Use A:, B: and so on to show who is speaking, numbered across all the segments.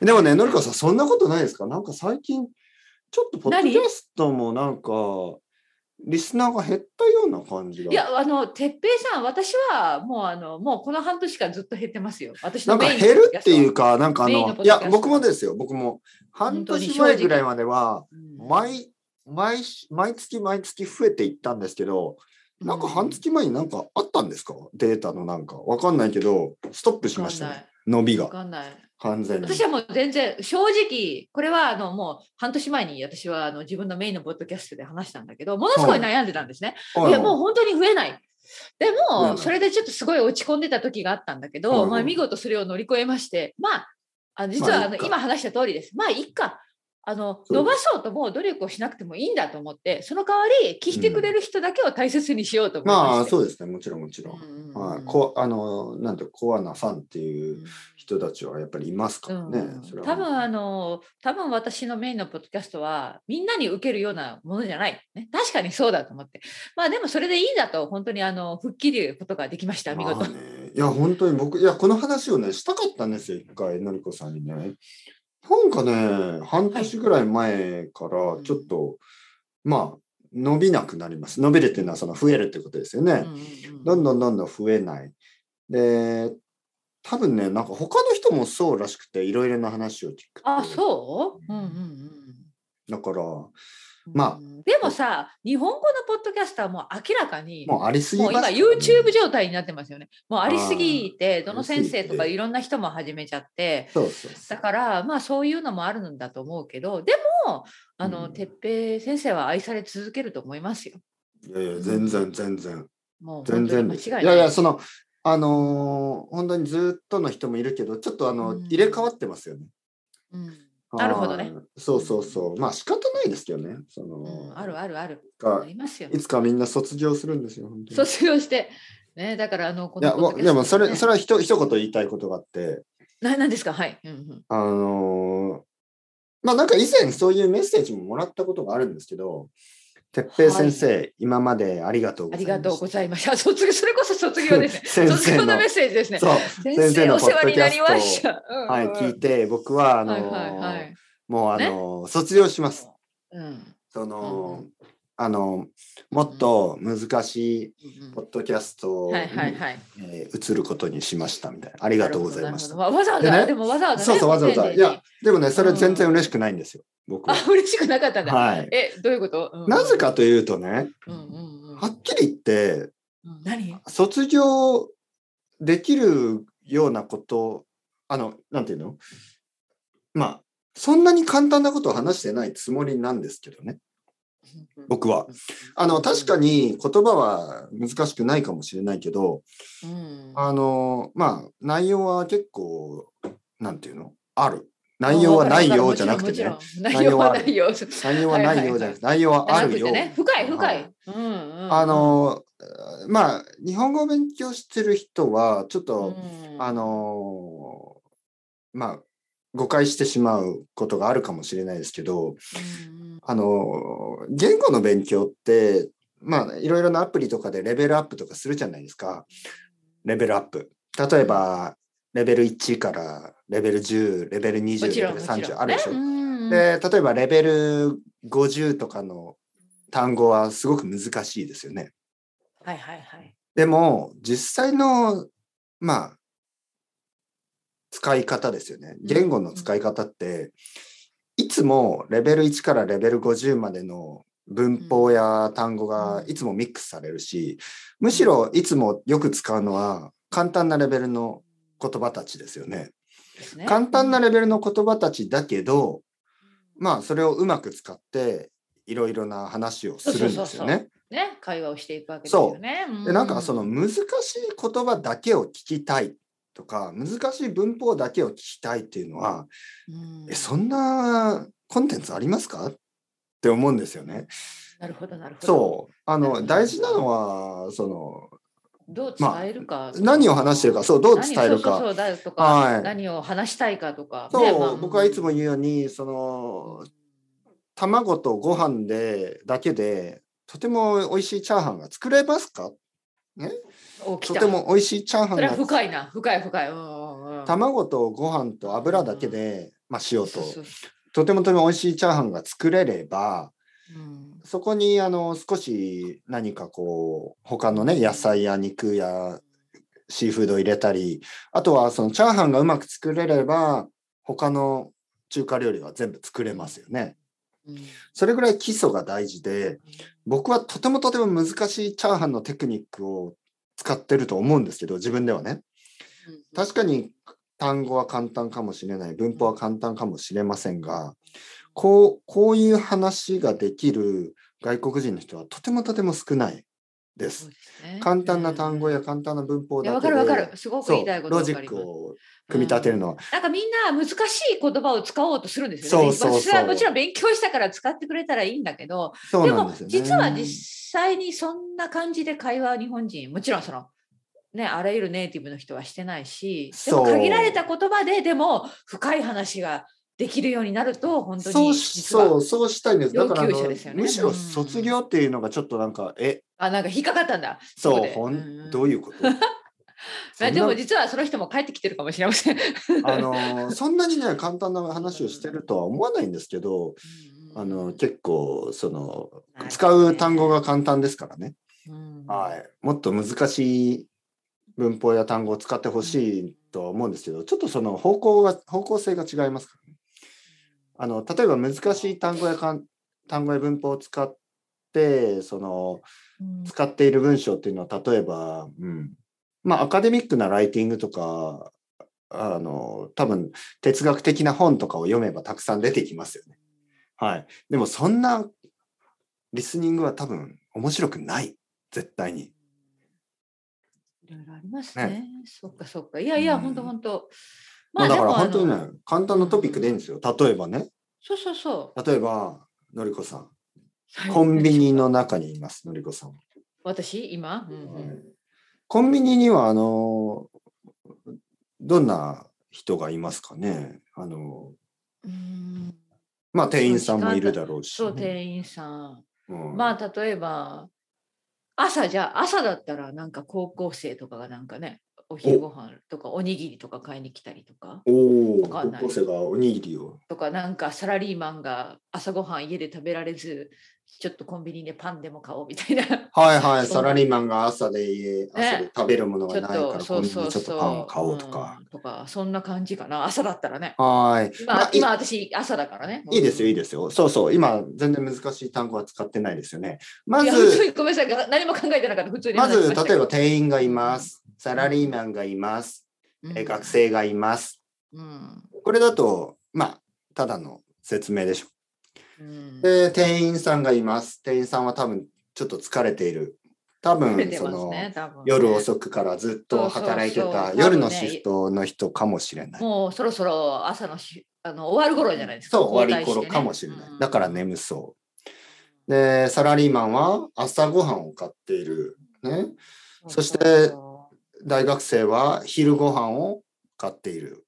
A: でもね、のりこさん、そんなことないですかなんか最近、ちょっとポッド
B: 何
A: キャストもなんか、リスナーが減ったような感じが。
B: いや、あの、てっぺいさん、私は、もう、あの、もうこの半年間ずっと減ってますよ。私
A: な
B: の
A: んか
B: メインの
A: 減る
B: ポッドキャ
A: っ
B: スト
A: て
B: は
A: いうか、なんかあ
B: メインの
A: の、
B: ポ
A: い
B: ッドキャス
A: や
B: ト、
A: 僕もですよ、僕も。半年前ぐらいまでは、
B: うん
A: 毎、毎、毎月毎月増えていったんですけど、なんか半月前になんかあったんですかデータのなんか。わかんないけど、ストップしましたね。伸び
B: わ
A: が、
B: かんない。わかんない。
A: 完全に。
B: 私はもう全然、正直、これはあのもう半年前に私はあの自分のメインのポッドキャストで話したんだけど、ものすごい悩んでたんですね。、
A: はいい
B: や、もう本当に増えない。で
A: 増えな
B: も、
A: い
B: それでちょっとすごい落ち込んでた時があったんだけど、
A: うん
B: まあ、見事それを乗り越えまして、まあ、あの実はあ
A: まあ
B: の
A: いっか
B: 今話した通りです。まあ、いっか。あの
A: そう
B: 伸ばそうともう努力をしなくてもいいんだと思って、その代わり、聞いてくれる人だけを大切にしようと思い
A: ま
B: ま
A: あ、
B: して。
A: そうですね。もちろん、もちろん。
B: うんうんうん
A: はい、こうあのなんていうかコアなファンっていう
B: うん
A: 人たちはやっぱりいますからね。それは
B: 多分あの多分私のメインのポッドキャストはみんなに受けるようなものじゃない、ね、確かにそうだと思ってまあでもそれでいいんだと本当にあの吹っ切ることができました見
A: ま
B: 事
A: あね、いや本当に僕いやこの話をねしたかったんですよ一回のりこさんにね。なんかね半年ぐらい前からちょっと、まあ伸びなくなります伸びるっていうのはその増えるってことですよね。
B: うんうんうん
A: どんどんどんどん増えない。で多分ねなんか他の人もそうらしくていろいろな話を聞くと
B: あそう、うんうんうん
A: だからも
B: う
A: ま
B: んでもさ日本語のポッドキャストはもう明らかに
A: うありすぎ
B: も
A: ま
B: う
A: す
B: 今
A: からね
B: YouTube 状態になってますよねもうありすぎて
A: ー
B: どの先生と
A: ありすぎ
B: か
A: て
B: いろんな人も始めちゃって
A: そうそうそう
B: だからまあそういうのもあるんだと思うけどでもあの、
A: うん
B: 哲平先生は愛され続けると思いますよ。
A: いやいや全然全然
B: もう
A: 全然
B: 本当に
A: ですい
B: 間違
A: や
B: い
A: い
B: ない。
A: やそのあのー本当にずっとの人もいるけどちょっとあの、
B: うん
A: 入れ替わってますよね。
B: うんなるほどね
A: はい。そうそうそうまあ仕方ないですけどね。その
B: うん、あるあるある。
A: が
B: ありますよ
A: い。つかみんな卒業するんですよ本当に。
B: 卒業して。ね、だからあのこ
A: いやもうでもそれそ
B: れ
A: れはひと一言言いたいことがあって
B: ななんですかはい、うんうん
A: あのーまあなんか以前そういうメッセージももらったことがあるんですけど哲平先生、今までありがとうござ
B: あり
A: いました
B: がとうございました。卒業それこ そ卒業ですね。
A: 先生の
B: 卒業のメッセージですね。
A: そう先
B: 先
A: 生
B: 生
A: の
B: お
A: ポッ
B: 世
A: ドキャス
B: 話
A: ト
B: になりました。
A: はい、聞い
B: て。
A: て、僕は、あ
B: は
A: の
B: い
A: ー
B: はいはい。
A: もう、あ
B: ね
A: のー卒業します。
B: うん
A: その、
B: うんう
A: あのーもっと難しい
B: うん
A: ポッドキャスト
B: うん。
A: に、
B: はいはいはい。
A: えー移ることにしましたみたいな。ありがとうございまし
B: な
A: た。
B: るほどなるほどわざわざ、
A: でね
B: でもわざわざ、ね、
A: そうそう、わざわざ。いや、でもね、それ
B: うん
A: 全然嬉しくないんですよ、僕 は。
B: あ、嬉しくなかったんだ。
A: はい。
B: え、どういうこと、うん
A: なぜ、かというとね、
B: うんうんうん
A: はっきり言って、
B: うん何
A: 卒業できるようなこと、あの、なんていうのまあ、そんなに簡単なことを話してないつもりなんですけどね。僕は。あの確か、に言葉は難しくないかもしれないけど、
B: うん
A: あのまあ内容は結構なんていうのある内容はないようじゃなくてね
B: もちろんもちろん内容はないようじ
A: 内容はないようじゃなくて内容はあ
B: ゃなく
A: るよ
B: て
A: う、
B: ね。深い深
A: はいい。
B: うんうんうん
A: あ、のまあ日本語を勉強してる人はちょっ
B: う
A: と、
B: ん
A: あ、のまあ誤解してしまうことがあるかもしれないですけど、
B: うん
A: あの言語の勉強ってまあいろいろなアプリとかでレベルアップとかするじゃないですかレベルアップ例えばレベル1からレベル10レベル
B: も
A: 20
B: ち
A: レベ
B: ろん
A: ル
B: もち
A: 30
B: ろ
A: あ
B: ん
A: る
B: ね
A: でしょ、
B: うんうん
A: で例えばレベル50とかの単語はすごく難しいですよね
B: はいはいはい。
A: でも実際のまあ使い方ですよね言語の使い方っていつもレベル1からレベル50までの文法や単語が
B: うん
A: いつもミックスされるしむしろいつもよく使うのは簡単なレベルの言葉たちですよね。
B: ですね
A: 簡単なレベルの言葉たちだけどまあそれをうまく使っていろいろな話をするん
B: そう
A: で
B: そ
A: す
B: うそうそ
A: よ
B: う
A: ね。
B: ね、会話をしていくわけですよね。う
A: でなんかその難しい言葉だけを聞きたいとか難しい文法だけを聞きたいっていうのは、
B: うん
A: えそんなコンテンツありますかって思うんですよね。
B: なるほどなるほど。
A: そうあ
B: なるほ
A: の
B: ど
A: 大事なのはその
B: どう伝えるか、
A: 何を話してるかそうどう伝える
B: 何そうそう
A: か。
B: そうだとか、
A: はい
B: 何を話したいかとか、ね
A: そう、
B: まあ
A: 僕はいつも言うようにその卵とご飯でだけでとても美味しいチャーハンが作れますか
B: お来
A: と
B: た
A: ても美味しいチャーハン
B: それは
A: が
B: 深いな深い深いうんうんうん
A: 卵とご飯と油だけで、まあ、塩と
B: そうそうそ
A: とてもとても美味しいチャーハンが作れれば
B: ううん
A: そこにあの少し何かこう他のね野菜や肉やシーフードを入れたりあとはそのチャーハンがうまく作れれば他の中華料理は全部作れますよね。
B: うん
A: それぐらい基礎が大事で僕はとてもとても難しいチャーハンのテクニックを使ってると思うんですけど自分ではね。確かに単語は簡単かもしれない文法は簡単かもしれませんがこうこういう話ができる外国人の人はとてもとても少ないで
B: そう
A: す。
B: ですね
A: 簡単な単語
B: うん
A: や簡単な文法
B: いや
A: だ
B: わ
A: け
B: か
A: で
B: るわかるすごく
A: そ
B: 言
A: う
B: いたいこと
A: ロ
B: わ
A: ジ
B: かり
A: ッ
B: ます
A: クを組み立てるのは、
B: なんかみんな難しい言葉を使おうとするんですよね。
A: そうそうそう
B: まあれはもちろん勉強したから使ってくれたらいいんだけど、
A: そう
B: で
A: なん
B: も
A: ですよね。
B: 実は実際にそんな感じで会話は日本人もちろんそのねあらゆるネイティブの人はしてないしでも
A: そう
B: 限られた言葉ででも深い話ができるようになると本当
A: そう
B: に
A: し
B: 実は
A: そうそうしたいんです。だからあ
B: 要求
A: の、
B: 者ですよね
A: むし
B: う
A: ろ
B: ん
A: 卒業っていうのがちょっとなんか、え
B: あなんか引っかかったんだ。こ
A: そう
B: で
A: ほ
B: うん
A: んどういうこと そん
B: ま
A: な
B: あでも実はその人も帰ってきてるかもしれません。
A: あのそんなにね簡単な話をしてるとは思わないんですけど、あの結構その
B: なるほどね
A: 使う単語が簡単ですからね、
B: うん
A: はい、もっと難しい文法や単語を使ってほしいとは思うんですけどちょっとその方向が方向性が違いますからね。あの例えば難しい単語やかん単語や文法を使ってその
B: うん
A: 使っている文章っていうのは例えば、うん、まあアカデミックなライティングとかあの多分哲学的な本とかを読めばたくさん出てきますよね。はい、でもそんなリスニングは多分面白くない絶対に。
B: いろいろありますね。
A: ね
B: そっかそっか。いやいや、
A: うん
B: ほんとほんと。
A: まあ、だから
B: でも
A: 本当に
B: あ
A: ね
B: の
A: 簡単なトピックでいいんですよ。例えばね
B: そうそうそ
A: 例えばのりこさん
B: う。
A: コンビニの
B: な。
A: 中にいますのりこさん。
B: 私、今、うんうん
A: コンビニにはあのどんな人がいますかねあの
B: うん
A: まあ店員さんもいるだろうし、
B: そう、店員さん。
A: うん
B: まあ、例えば、朝じゃ、朝だったら、なんか高校生とかがなんかね、お昼ご飯とかおにぎりとか買いに来たりとか、
A: おお
B: わかんない
A: 高校生がおにぎりを
B: とかなんかサラリーマンが朝ごはん家で食べられず、ちょっとコンビニでパンでも買おうみ たいな。
A: はいはい
B: そう
A: サラリーマンが朝で家朝で食べるもの
B: ち
A: が
B: ょ
A: な
B: っ
A: いから
B: と、
A: コ
B: そ
A: ン
B: う
A: ビニ
B: そう
A: でち
B: そ
A: ょっ
B: う。
A: とパンを買おうとか
B: うんとか、そんな感じかな。朝だったらね。
A: はーい
B: 今、
A: まあい
B: 今私、朝だからね。
A: いいですよいい
B: で
A: ですよそうそう今全然難しい単語は使ってないですよねま
B: いや、普通
A: ず
B: にごめんなさい。何も考えてなかった。普通に
A: ま
B: 話し
A: ず
B: した
A: 例えば、店員がいますサラリーマンがいます、
B: うん
A: え学。生がいます
B: うん。
A: これだとまあただの説明でしょ
B: うん
A: で、店員さんがいます。店員さんは多分ちょっと疲れている。多
B: 疲れ
A: 分
B: て
A: そ
B: ます
A: の、
B: ね多分ね
A: 夜遅くからずっと働いてた夜のシフトの人かもしれない。
B: もうそろそろ朝のしあの終わる頃じゃないですか。
A: そう、終わり
B: 交代
A: 頃
B: してね
A: かもしれない。
B: うん
A: だから眠そう。で、サラリーマンは朝ごはんを買っている。ね。そして大学生は昼ごはんを買っている。
B: うん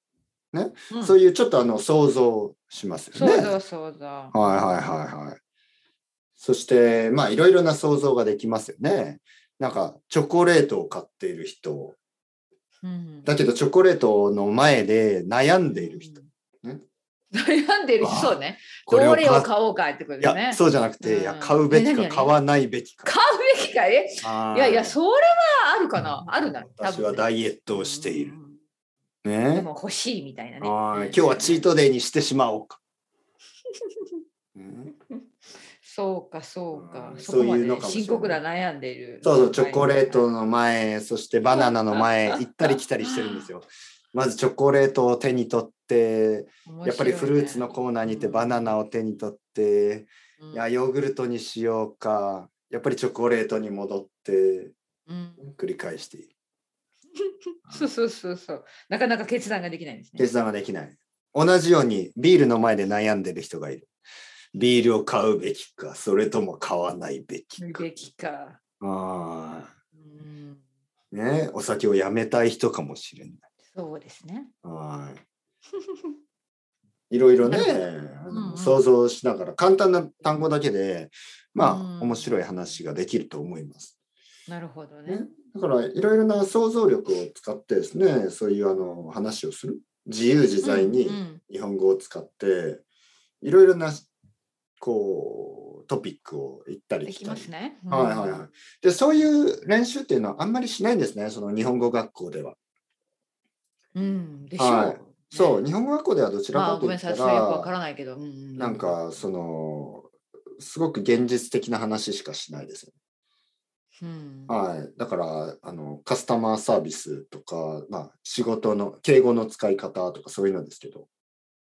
A: そういうちょっとあの想像しますよ
B: そう
A: ね。
B: そうそうそう。はい
A: はいはいはいはい。そして、まあ、いろいろな想像ができますよね。なんか、チョコレートを買っている人。
B: い。うん
A: だけど、チョコレートの前で悩んでいる人。。ね
B: 悩んでいる人、
A: あー
B: そうね。
A: これを
B: ど
A: 買
B: れ
A: う
B: を買おうかってこと
A: い
B: で
A: や、
B: ね。
A: そうじゃなくて、
B: うん
A: いや、買うべ
B: え
A: き
B: 何
A: か、
B: 何
A: 買わないべきか。
B: 買うべきかえいやいや、
A: う。
B: それはあるかな。あるな。多
A: 私
B: 分
A: はダイエットをしている。
B: で
A: ね。
B: も欲しいみたいなね。
A: は
B: うん
A: い今日はチートデイにしてしまお うか。うん
B: そうか、そうか。
A: うん
B: そこま
A: そういうの
B: で
A: かもしれない
B: 深刻な悩んでいる。
A: そうそう、チョコレートの前、そしてバナナの前、行ったり来たりしてるんです よ。まずチョコレートを手に取って、やっぱりフルーツのコーナーにいてバナナを手に取って、
B: うん
A: いやヨーグルトにしようかやっぱりチョコレートに戻って
B: うん
A: 繰り返している
B: そうそうそうそう。なかなか決断ができないんですね。
A: 決断ができない同じようにビールの前で悩んでる人がいるビールを買うべきかそれとも買わないべきか
B: べきか。
A: あ
B: うん
A: ーねお酒をやめたい人かもしれない
B: そうですね。
A: はいいろいろね、あ
B: うんう
A: の
B: ん
A: 想像しながら簡単な単語だけでまあ、
B: うん
A: 面白い話ができると思います
B: なるほど
A: ね
B: ね。、
A: だからいろいろな想像力を使ってですねそういうあの話をする自由自在に
B: うん
A: 日本語を使っていろいろなこうトピックを行った
B: うん
A: り
B: で
A: 来
B: き
A: た
B: ま
A: り
B: すね。うん
A: はいはいはい。で、そういう練習っていうのはあんまりしないんですね、その日本語学校では。
B: うん、でしょう、
A: はい
B: ね
A: そう、日本語学校ではどちら
B: まあ
A: かと
B: ごめ
A: い
B: ん
A: っ
B: なさ
A: た、
B: い、それよくわかららないけど。うんうん、
A: なんかその、すごく現実的な話しかしないですよね。
B: うん、
A: はい。だから、あの、カスタマーサービスとか、まあ、仕事の、敬語の使い方とかそういうのですけど、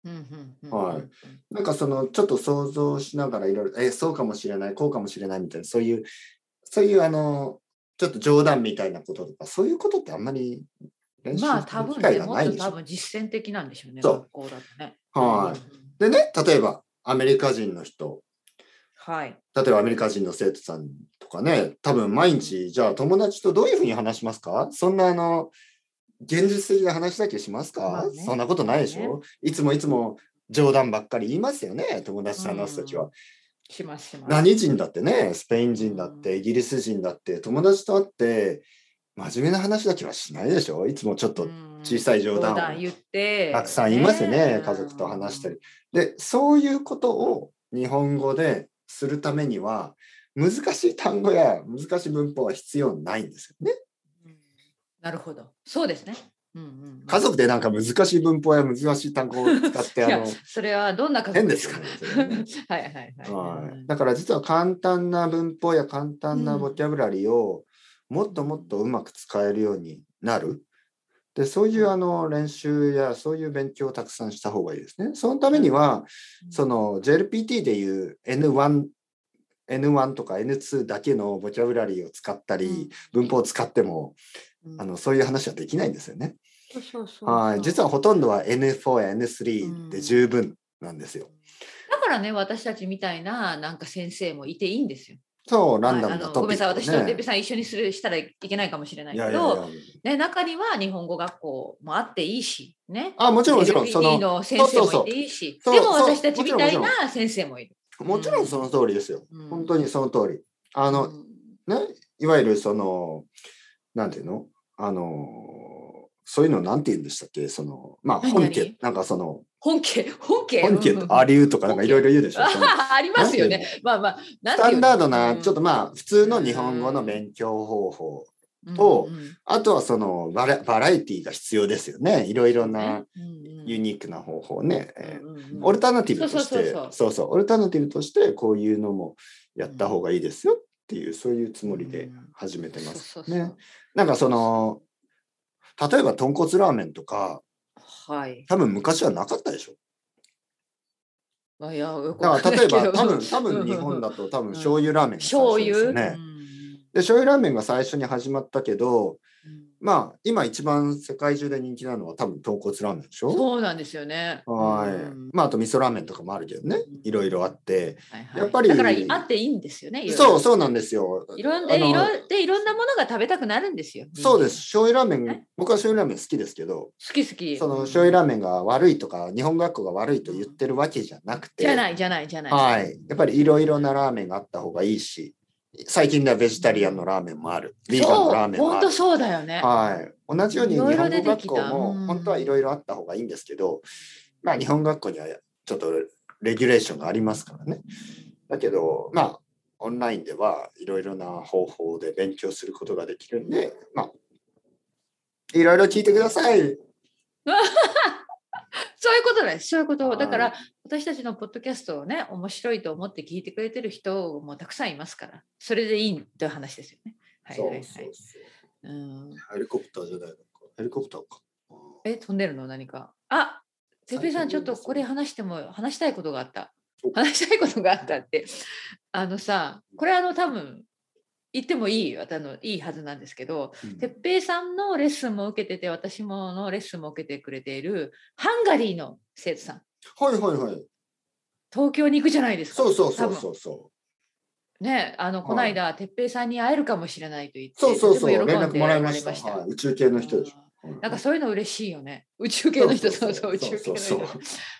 B: うんうんうん
A: はい
B: うん
A: なんかその、ちょっと想像しながらいろいろ、え、そうかもしれない、こうかもしれないみたいな、そういう、そういうあの、ちょっと冗談みたいなこととか、そういうことってあんまり練習
B: まあ
A: す
B: 多
A: る
B: 分
A: 機
B: ね
A: 会が
B: も
A: ない
B: っと
A: でしょ
B: 多分実践的なんでしょうね、
A: そう
B: 学校だとね。
A: はい
B: うんうん
A: でね、例えばアメリカ人の人、
B: はい。
A: 例えばアメリカ人の生徒さんとかね、多分毎日、じゃあ友達とどういうふうに話しますかそんなあの、現実的な話だけしますか、
B: まあね
A: そんなことないでし
B: まあ
A: ょ、いつもいつも冗談ばっかり言いますよね、友達と話すときは。
B: しますします。
A: 何人だってね、スペイン人だっ
B: う
A: て、イギリス人だって、友達と会って、真面目な話だけはしないでしょいつもちょっと小さい冗談を
B: うん冗談言って。
A: たくさんいますよね
B: うん
A: 家族と話したり。でそういうことを日本語でするためには難しい単語や難しい文法は必要ないんですよね。
B: うんなるほど。そうですね。うんうんうん、
A: 家族でなんか難しい文法や難しい単語を使って
B: い
A: あ
B: や
A: の
B: それはどんな家
A: 変
B: 族
A: で
B: ですす
A: よ
B: か
A: ね。それね
B: はいはいはい。
A: は
B: うん
A: い、だから実は簡単な文法や簡単な
B: うん
A: ボキャブラリーをもっともっとうまく使えるようになる。でそういうあの練習やそういう勉強をたくさんした方がいいですね。そのためには、その JLPT でいう N1, N1 とか N2 だけのボキャブラリーを使ったり、文法を使っても
B: うん
A: あのそういう話はできないんですよね。
B: そうそうそう
A: はい実はほとんどは N4 や
B: うん
A: N3 で十分なんですよ。
B: だからね私たちみたいななんか先生もいていいんですよ。
A: そうランダ
B: はい
A: ム
B: あ
A: な
B: の
A: ト
B: ご
A: ピ
B: めん
A: ッ
B: なさい
A: クを
B: 私とデ
A: ね。
B: ビさん一緒にするしたらいけないかもしれない
A: いや
B: けど
A: いやいや
B: ね、中には日本語学校もあっていいしね。
A: あもちろんもちろん
B: LPD
A: その
B: の先
A: そ
B: 生
A: うそうそ
B: も
A: う
B: いていいし
A: そう
B: でも
A: そう
B: 私たちみた
A: もち
B: い
A: ろんも
B: な先生もいる。
A: もちろんその通りですよ。
B: うん
A: 本当にその通り。あの
B: うん
A: ね、いわゆるその、なんていうのあの、そういうのなんて言うんでしたっけその、まあ、
B: 何
A: 本家
B: 何、
A: なんかその、
B: 本家本家
A: 本家
B: うん
A: とアリウーとかなんかいろいろ言うでしょ。その
B: ありますよ
A: なんて
B: ね。まあまあ、
A: スタンダードな、ちょっ
B: と
A: とまあ、普通の日本語の勉強方法。
B: と
A: をあとはそのバラ、バラエティが必要ですよね。いろいろなユニークな方法ね。えーオルタナティブとして、
B: そうそうそうそう
A: そうそう、オルタナティブとして、こういうのもやった方がいいですよっていう、そういうつもりで始めてます
B: そうそうそう
A: ね。なんかその、例えば豚骨ラーメンとか、
B: はい。
A: 多分昔はなかったでしょ。
B: まあいやよく
A: だ
B: わ
A: か
B: から
A: 例
B: んな
A: え
B: いけど
A: ば、多分、多分日本だと多分醤油ラーメンが最
B: 醤
A: 初です
B: 油
A: よね。
B: うん
A: で、醤油ラーメンが最初に始まったけど、
B: うん
A: まあ、今一番世界中で人気なのは多分豚骨ラーメンでしょ
B: そうなんですよね。
A: はい、
B: うん
A: まあ、あと味噌ラーメンとかもあるけどね
B: うん。
A: いろいろあって。
B: はいはい
A: やっぱり
B: だからあっていいんですよね。いろいろ
A: そう、そうなんですよ。
B: いろん
A: あ
B: で
A: の
B: いろでいろんなものが食べたくなるんですよ。
A: そうです。。醤油ラーメン
B: ね、
A: 僕は醤油ラーメン好きですけど、
B: 好き好き。
A: その醤油
B: ラ
A: ラーメンが悪いとか、日本学校が悪いと言ってるわけじゃなくて。
B: じゃないじゃないじゃない。
A: はい。やっぱりいろいろなラーメンがあった方がいいし、最近ではベジタリアンのラーメンもある、ビーガンのラーメン
B: そう
A: もあ
B: 本
A: る
B: 当。そうだよね。
A: はい。同じように日本語
B: いろいろ出て
A: 学
B: き
A: 校
B: た
A: も
B: うん
A: 本当はいろいろあった方がいいんですけど、まあ日本学校にはちょっとレギュレーションがありますからね。だけど、まあオンラインではいろいろな方法で勉強することができるんで、まあいろいろ聞いてください。
B: そういうことです。そういうこと。
A: はい
B: だから、私たちのポッドキャストをね、面白いと思って聞いてくれてる人もたくさんいますから、それでいいという話ですよね。はいはいはい。
A: そうそう
B: うん、
A: ヘリコプターじゃないのか。ヘリコプターか。
B: え、飛んでるの何か。あ哲平さん、ちょっとこれ話しても、話したいことがあった
A: お。
B: 話したいことがあったって。あのさ、これあの多分、言ってもいい、あのいいはずなんですけど、
A: うん
B: 哲平さんのレッスンも受けてて、私ものレッスンも受けてくれている、ハンガリーの生徒さん、
A: はいはいはい。
B: 東京に行くじゃないですか。
A: そうそうそ
B: 多
A: う
B: 分
A: そうそう。
B: ね、あの、
A: い
B: こないだ、哲平さんに会えるかもしれないと言って、
A: そうそうそう、
B: とて
A: 連
B: も喜ん
A: 絡
B: で
A: もらい
B: おら
A: ま
B: れ
A: した。はい、
B: ま
A: 宇宙系の人でしょ。
B: あーなんかそういうの嬉しいよね。宇宙系の人、そうそう、宇宙系の人。
A: は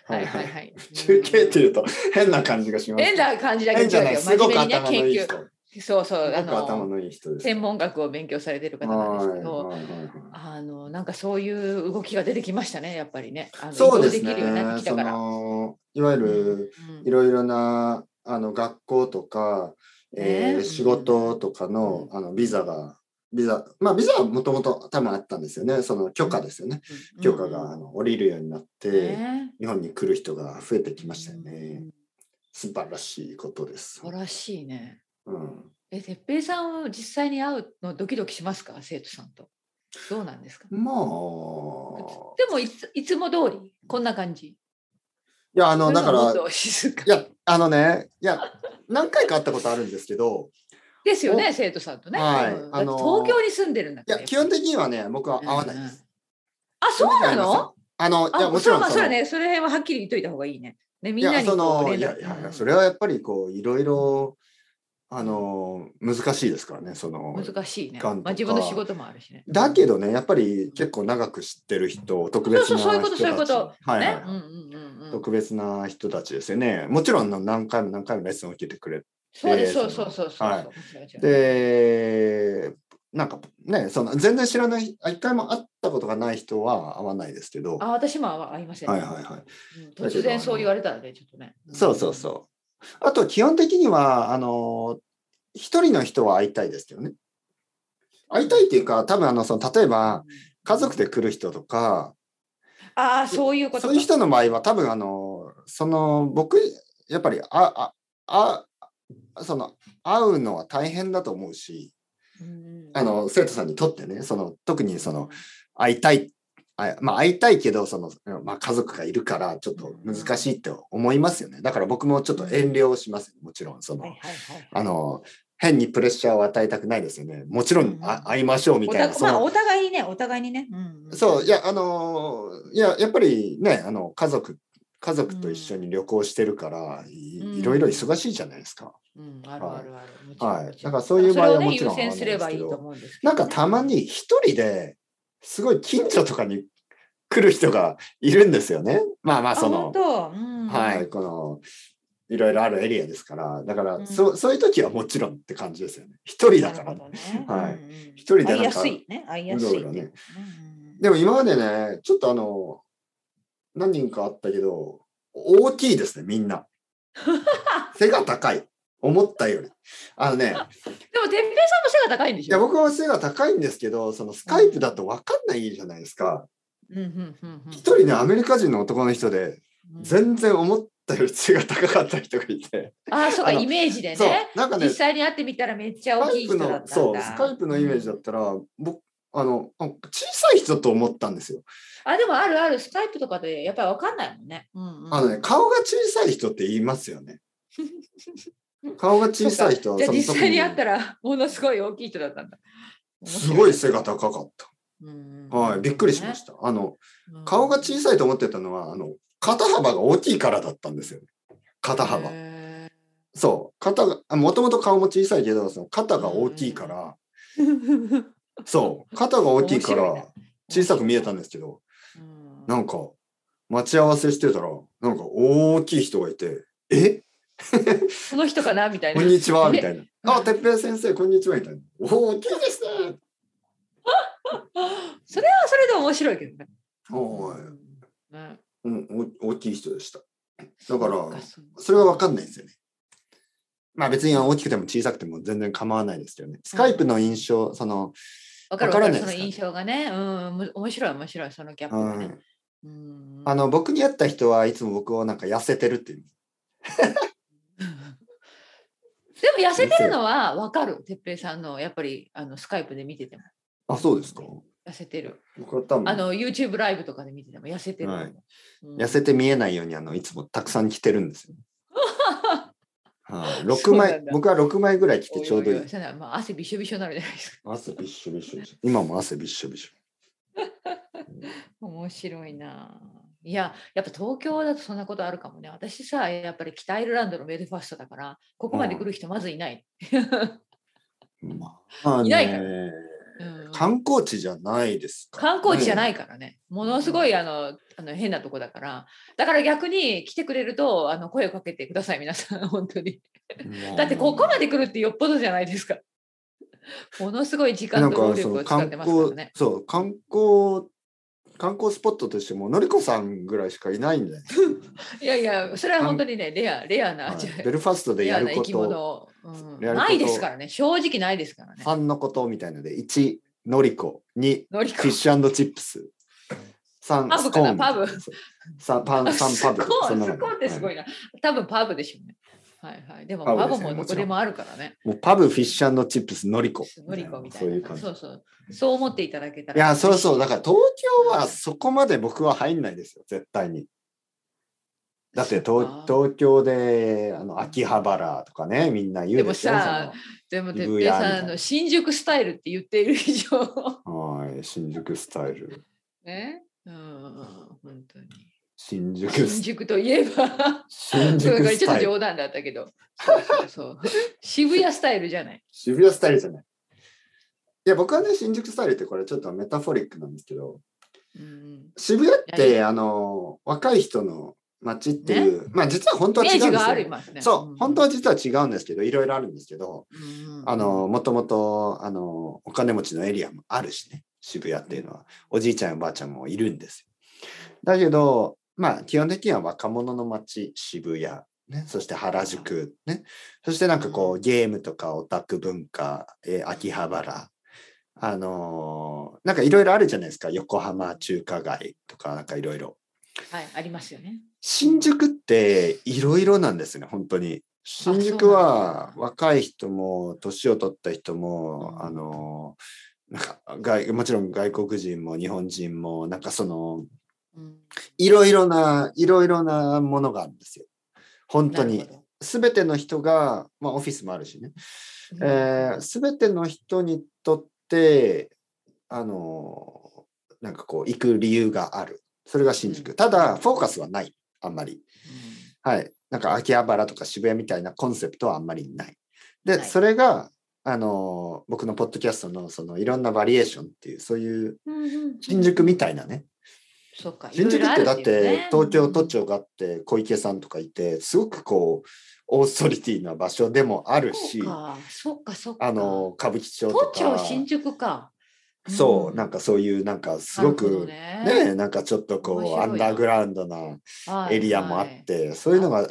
B: はいい
A: は
B: はいい
A: は。
B: はいい。
A: 宇宙系っていうと変な感じがします。
B: 変な感じだけど、
A: 変じゃない、すごく
B: 真面目にね
A: 頭のいい人。
B: そうそう、あ
A: なんか頭
B: の、
A: のいい人です。
B: 専門学を勉強されてる方なんですけど、
A: はいはいはいはい
B: あの、なんかそういう動きが出てきましたね、やっぱりね。あの
A: そうです
B: 移
A: ね
B: 動きるようになってきた
A: そ
B: から。
A: のいわゆる
B: うん
A: いろいろなあの学校とか、えー
B: ね
A: 仕事とかの,、あのビザがビザまあビザはもともと多分あったんですよねその許可ですよね、許可があの下りるようになって、
B: ね
A: 日本に来る人が増えてきましたよね、
B: うん
A: 素晴らしいことです
B: 素、晴らしいね。
A: うん、
B: え、哲平さんを実際に会うのドキドキしますか生徒さんと。どうなんですか
A: まあ
B: でもいついつも通りこんな感じ。
A: いやあのだか
B: そ
A: ら
B: れがもっと静か
A: いやあのねいや何回か会ったことあるんですけ ど
B: ですよね生徒さんとね。
A: はい
B: うん
A: あのー
B: 東京に住んでるんだ
A: い
B: から。
A: や基本的にはね僕は会わないです、
B: うんあそうなの？
A: あの、いや、
B: あ
A: もち
B: それ
A: ろん
B: は
A: そ
B: ま
A: の。
B: あそうだね。それ辺ははっきり言っといた方がいいね。ねみんなに
A: いや、そ
B: こう
A: の、
B: 連
A: いや、
B: 絡
A: いや、いやそれはやっぱり、こう、いろいろ、あの、難しいですからね、その。
B: 難しいね。
A: がんと
B: ま
A: か
B: あ自分の仕事もあるしね。
A: だけどね、やっぱり結構長く知ってる人、特別な人たち。
B: そうそうそういうことそういうこ
A: はいはい
B: ね
A: は。い、
B: うんうんうんうん。
A: 特別な人たちですよね。もちろんあの何回も何回もレッスンを受けてくれ
B: そうです
A: そ
B: そう
A: の
B: そうそうそう。
A: はい
B: もちろんもちろん
A: て、なんかね、その全然知らない、あ一回も会ったことがない人は会わないですけど、は
B: あ私もあ合いませ
A: い
B: ん、
A: はいはい。
B: うん
A: ど
B: 突然そう言われたらねちょっとね。
A: そうそうそう。あと、基本的には、あの、一人の人は会いたいですけどね。会いたいっていうか、多分あの、その、例えば、家族で来る人とか、
B: ああそういうことか
A: そういう人の場合は、多分あの、その、僕、やっぱり、あ、あ、あ、その、会うのは大変だと思うし、
B: うん
A: あの、生徒さんにとってね、その、特にその、会いたい、あまあ、会いたいけど、その、まあ、家族がいるから、ちょっと難しいって思いますよね。だから僕もちょっと遠慮をします。もちろん、そ
B: はい
A: の、
B: はいはい
A: あの、変にプレッシャーを与えたくないですよね。もちろん、あ
B: うん
A: 会いましょうみ
B: お
A: たい
B: た
A: な。そ
B: まあ
A: の
B: お互いにねお互いにね、うんうん
A: そう、いや、あの、いや、やっぱりね、あの、家族、家族と一緒に旅行してるから、
B: うん
A: いいろいろ忙しいじゃないですか。
B: うん、あるあるある、もちろん
A: はい
B: もちろ
A: だ
B: ん
A: からそういう場合はもちろん
B: それをね優先すればいい
A: あるんですけど
B: と思うんですけ
A: な
B: ど
A: ん
B: ね
A: かたまに一人で、すごい近所とかに来る人がいるんですよね。まあまあ、
B: あ
A: その
B: 本、当、うん、
A: はい、この、いろいろあるエリアですから、だから、
B: うん
A: そそういう時はもちろんって感じですよね。一人だからね
B: なるほどね
A: はい
B: うんうん
A: 一人でなん
B: 会い
A: か
B: やすいね会いやすい
A: いろいろね
B: うん
A: でも今までね、ちょっとあの、何人かあったけど、大きいですね、みん な。背が高い。思ったより。あの ね、
B: でも哲平さんも背が高いんで
A: い
B: しょ
A: や僕は背が高いんですけど、そのスカイプだと分かんないじゃないですか。
B: うんうんうんうん
A: 一人ね、アメリカ人の男の人で、
B: うん
A: 全然思ったより背が高かった人がいて。
B: ああそうか
A: あの
B: イメージで
A: そう
B: ね、
A: なんかね、
B: 実
A: ス
B: 際に会ってみたらめっちゃ
A: カ
B: 大き
A: イ
B: い人
A: プ
B: だった
A: の
B: ん、だ
A: そう、スカイプのイメージだったら、僕、あの、あ小さい人と思ったんですよ。
B: あでもあるあるスカイプとかでやっぱりわかんないもんね。うんうん
A: あのね、顔が小さい人って言いますよ ね。顔が小さい人は
B: じゃあ
A: その
B: 実際に会った
A: 時
B: らものすごい大きい人だったんだ。
A: にすごい背が高かっ
B: うん
A: た。はい、びっくりしました。あの、顔が小
B: い
A: さいと思ってたのは、あの、肩幅が大きいからだったんですよね。肩幅。そう。肩が、もともと顔も小さいけど、その肩が大きいから、そう。肩が大きいか
B: 面白い
A: ら
B: ね、
A: 小さく見えたんですけど、なんんか、待ち合わせしてたら、なんか大きい人がいて、え
B: その人かなみたい
A: こ。
B: なん
A: にちはみたいな。
B: うん
A: あ、てっぺい先生、こんにちはみたいな。おお、大きいですね。
B: それはそれで面白いけどね。
A: おーい。
B: ね
A: うん、お大きい人でした。だか
B: そっ
A: ら、
B: そう
A: それは分かんないんですよね。まあ別に大きくても小さくても全然構わないですけどね。スカイプの印象、その、
B: わかる
A: わか
B: わからる
A: ない
B: そ
A: です
B: の
A: か
B: 印象がね。うんむ面白い面白いそのギャップが
A: う
B: ね
A: ん。
B: うん
A: あの、僕に会った人はいつも僕をなんか痩せてるっていう。
B: でも痩せてるのはわかる、哲平さんのやっぱりあのスカイプで見てても
A: あ、そうですか
B: 痩せてる。
A: 僕は多分
B: あの YouTube ライブとかで見てても痩せてる。
A: はい
B: うん
A: 痩せて見えないようにあのいつもたくさん着てるんですよ。はい、
B: そ
A: 6
B: うなんだ
A: 枚僕は6枚ぐらい着て
B: おい
A: ちょうどい
B: お
A: い
B: お。 そんなまあ、汗びしょびしょになるじゃないですか。
A: 汗びっしょびっしょです。今も汗びっしょびっしょ。
B: 面白いなあ。いや、やっぱ東京だとそんなことあるかもね。私さ、やっぱり北アイルランドのメルファストだから、ここまで来る人まずいない。
A: まあ、
B: いないかうん
A: 観光地じゃないですか、。
B: 観光地じゃないいからね、ものすごいあのあの変なとこだから、だから逆に来てくれるとあの声をかけてください、皆さん、 本当に。だってここまで来るってよっぽどじゃないですか。ものすごい時
A: な
B: 間
A: ん
B: と労
A: かそ
B: 力を
A: の
B: 使
A: 観
B: ってますから
A: 光、
B: ね。
A: そう、観光、観光スポットとしても、のりこさんぐらいしかいないんじゃないです
B: いやいや、それは本当にね、レア、レアな、じゃ
A: か、
B: あ
A: ベルファストで
B: レ
A: や
B: ア
A: る
B: な生
A: こ
B: き
A: と、
B: 物、うん
A: やること
B: ないですからね、正直ないですからね
A: フ。ァンのことみたいので、1、のりこ、2、
B: のりこ
A: フィッシュチップス、3、
B: パ
A: ス
B: ブ
A: コー
B: かな
A: ン、
B: パブ
A: そうさパン、三パブと
B: スコ
A: か、
B: ー
A: そ
B: ン
A: んな
B: スコーンってすご
A: い。
B: いな。多分パブでしょうね。はいはい。でも
A: パブ
B: パ
A: で
B: ブ
A: すね
B: もどこでもあるからね。
A: もうパブ、フィッシュチップス、のりこ。
B: のりこみた
A: そ
B: いう
A: いう
B: な。
A: 感じ
B: そうそう。そう思っていただけた
A: い
B: ら。
A: や、そうそう。だから東京はそこまで僕は入んないですよ、絶対に。だって
B: そ
A: 東
B: っか
A: 東京であの秋葉原とかね、みんな言うでしょ。
B: でもさでも、てっ
A: 渋谷み
B: ぺい
A: たいな
B: さん、あの新宿スタイルって言っている以上。
A: そのはい、新宿スタイル。
B: ね。 うん、本当に。
A: 新宿
B: 新
A: ス
B: 宿といえば、
A: 新
B: それ
A: 宿
B: がち
A: スタ
B: ょっと
A: イル。
B: 冗談だったけど、そうそうそう 渋谷スタイルじゃない。
A: 渋谷スタイルじゃない。いや、僕はね、新宿スタイルってこれちょっとメタフォリックなんですけど、
B: うん、
A: 渋谷っ
B: いやい
A: てあの若い人の街っていう、まあ実は本当
B: イ
A: は
B: メ
A: 違
B: ー
A: うん
B: ジ
A: で
B: があ
A: す
B: り
A: よ。
B: ますね。
A: そう、本当
B: は、
A: は実は違うんですけど、いろいろあるんですけど、
B: うん
A: あの、、もともと、あの、お金持ちのエリアもあるしね、渋谷っていうのは、おじいちゃんおばあちゃんもいるんですよ。だけど、まあ、基本的には若者の街、渋谷、ね、そして原宿、ね、そしてなんかこ
B: う
A: う、ゲームとかオタク文化、えー秋葉原、あのーなんかいろいろあるじゃないですか、横浜中華街とか、なんかいろいろ。
B: はい、ありますよね。
A: 新宿っていろいろなんですね、本当に。新宿は
B: そうなんだ
A: 若い人も年を取った人も、
B: うん
A: あのなんか外もちろん外国人も日本人もなんかその
B: うん
A: いろいろないろいろなものがあるんですよ。本当
B: な
A: に
B: るほ
A: 全ての人が、まあ、オフィスもあるしね、
B: ど
A: えー、全ての人にとってあのなんかこう行く理由があるそれが新宿、
B: う
A: ただフォーカスはないあんまりはい。なんか秋葉原とか渋谷みたいなコンセプトはあんまりない。で、
B: はい
A: それが、あのー僕のポッドキャストのそのいろんなバリエーションっていう、そういう
B: うんうんうんうん
A: 新宿みたいなね。
B: そうか
A: 新宿ってだっ
B: いろいろあ
A: て
B: るんだよね
A: 東京都庁があって小池さんとかいて、すごくこう、オーソリティな場所でもあるし
B: そう、か、そうか、そうか。
A: あのー、歌舞伎町と
B: 都庁
A: か、
B: 新宿か。
A: そう、なん
B: か
A: かそういうなんかすごく、ねなんかちょっと
B: 面
A: こ
B: 白
A: う、
B: い
A: ア
B: な
A: ンダーグラウンドなエリアもあっ、て、そ
B: そ
A: ういうのが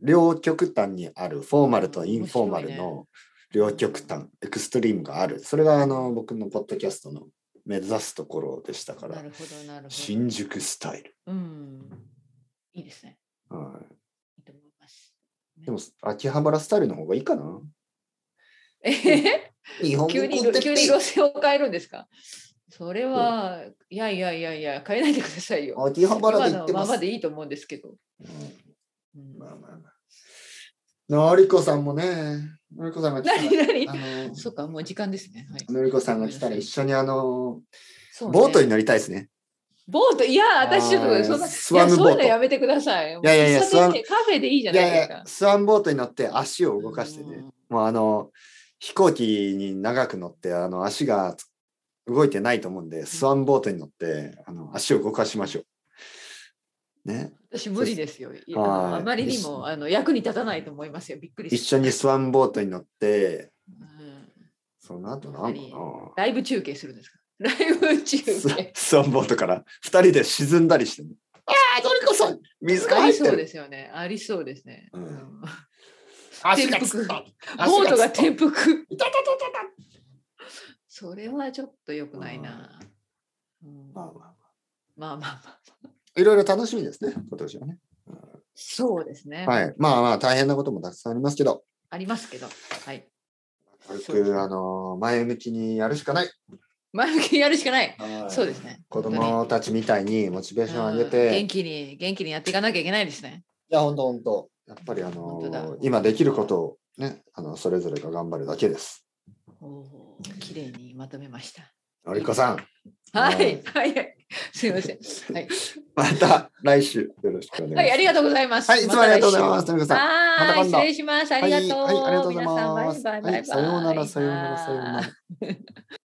A: 両極端にあるフォーマルとインフォーマル
B: 面白い
A: の両極端、エクストリームがあるそれがあの僕のポッドキャストの目指すところでしたから
B: なるほど、なるほど。
A: 新宿スタイル、
B: うん。いいですね。
A: はい
B: いと思います。
A: い、でも秋葉原スタイルの方がいいかな
B: えへへ
A: 日本
B: 急に
A: 語
B: 急に路線を変えるんですかそれは、いやいやいやいや、変えないでくださいよ。
A: 秋葉原
B: 今
A: で言っ
B: の
A: て
B: ま
A: ます
B: までいいと思うんですけど。
A: うんまあまあまあのりこさんもねのりこさんが来た
B: 何
A: ら
B: 何
A: あの
B: そうか、もう時間ですね。はい。
A: のりこさんが来たら一緒にあの
B: そうね
A: ボートに乗りたいですね
B: ボート、いや、私ちょっ
A: あー
B: と、そんな、
A: スワン
B: い
A: ボート
B: やそういうのやめてください。い
A: やいやいやスワン
B: カフェでいいじゃ
A: い
B: ない
A: や
B: で
A: い
B: すか
A: や。スワンボートに乗って足を動かしてねもうあの飛行機に長く乗ってあの足が動いてないと思うんで、スワンボートに乗ってあの足を動かしましょう。ね、
B: 私無理ですよ。いや
A: はい
B: あのあまりにもあの役に立たないと思いますよ。びっくり
A: 一
B: し
A: 緒にスワンボートに乗って
B: た。うん
A: その後なんか
B: やライブ中継するんですかライブ中
A: なス
B: 継。
A: スワンボートから二人で沈んだりしてね、ああのりこさん水が
B: あ
A: 入
B: り
A: って
B: そ
A: る
B: うですよね。ありそうですね。
A: うん
B: うん
A: 足がつった
B: ボートが転
A: 天
B: 覆。
A: いたたたたた
B: それはちょっと良くないな。うん
A: まあま
B: ま
A: あま
B: あまあまあ。
A: あいろいろ楽しみですね今年はね、
B: そうですね。
A: はいまあまあ大変なこともたくさんありますけど
B: ありますけど。はい。
A: 軽
B: そうです
A: く
B: ね
A: あの前向きにやるしかない。
B: 前向きにやるしかない。そうですね。
A: 子
B: 本
A: 供たちみたいにモチベー
B: 当
A: シ
B: に
A: ョンを上げ
B: うん
A: て、
B: 元
A: い
B: 気に、元気にやっていかなきゃいけないですね。
A: や本当本当やっぱりあ
B: 本当だ
A: の今できることをねあのそれぞれが頑張るだけです。
B: おー綺麗にまとめました。
A: のりこさん
B: はい、はい、はい。すみません。はい、
A: また来週よろしくお願いします。
B: はい、ありがとうございます。
A: はいいつもありがとうございます
B: た
A: の
B: 来
A: りこ
B: 週
A: さんまた
B: はーい、
A: 今度
B: 失礼します。ありがとう。
A: はいはいありがとうございます
B: 皆さんバイバイバイバイ。
A: はいさようならさようならさようなら。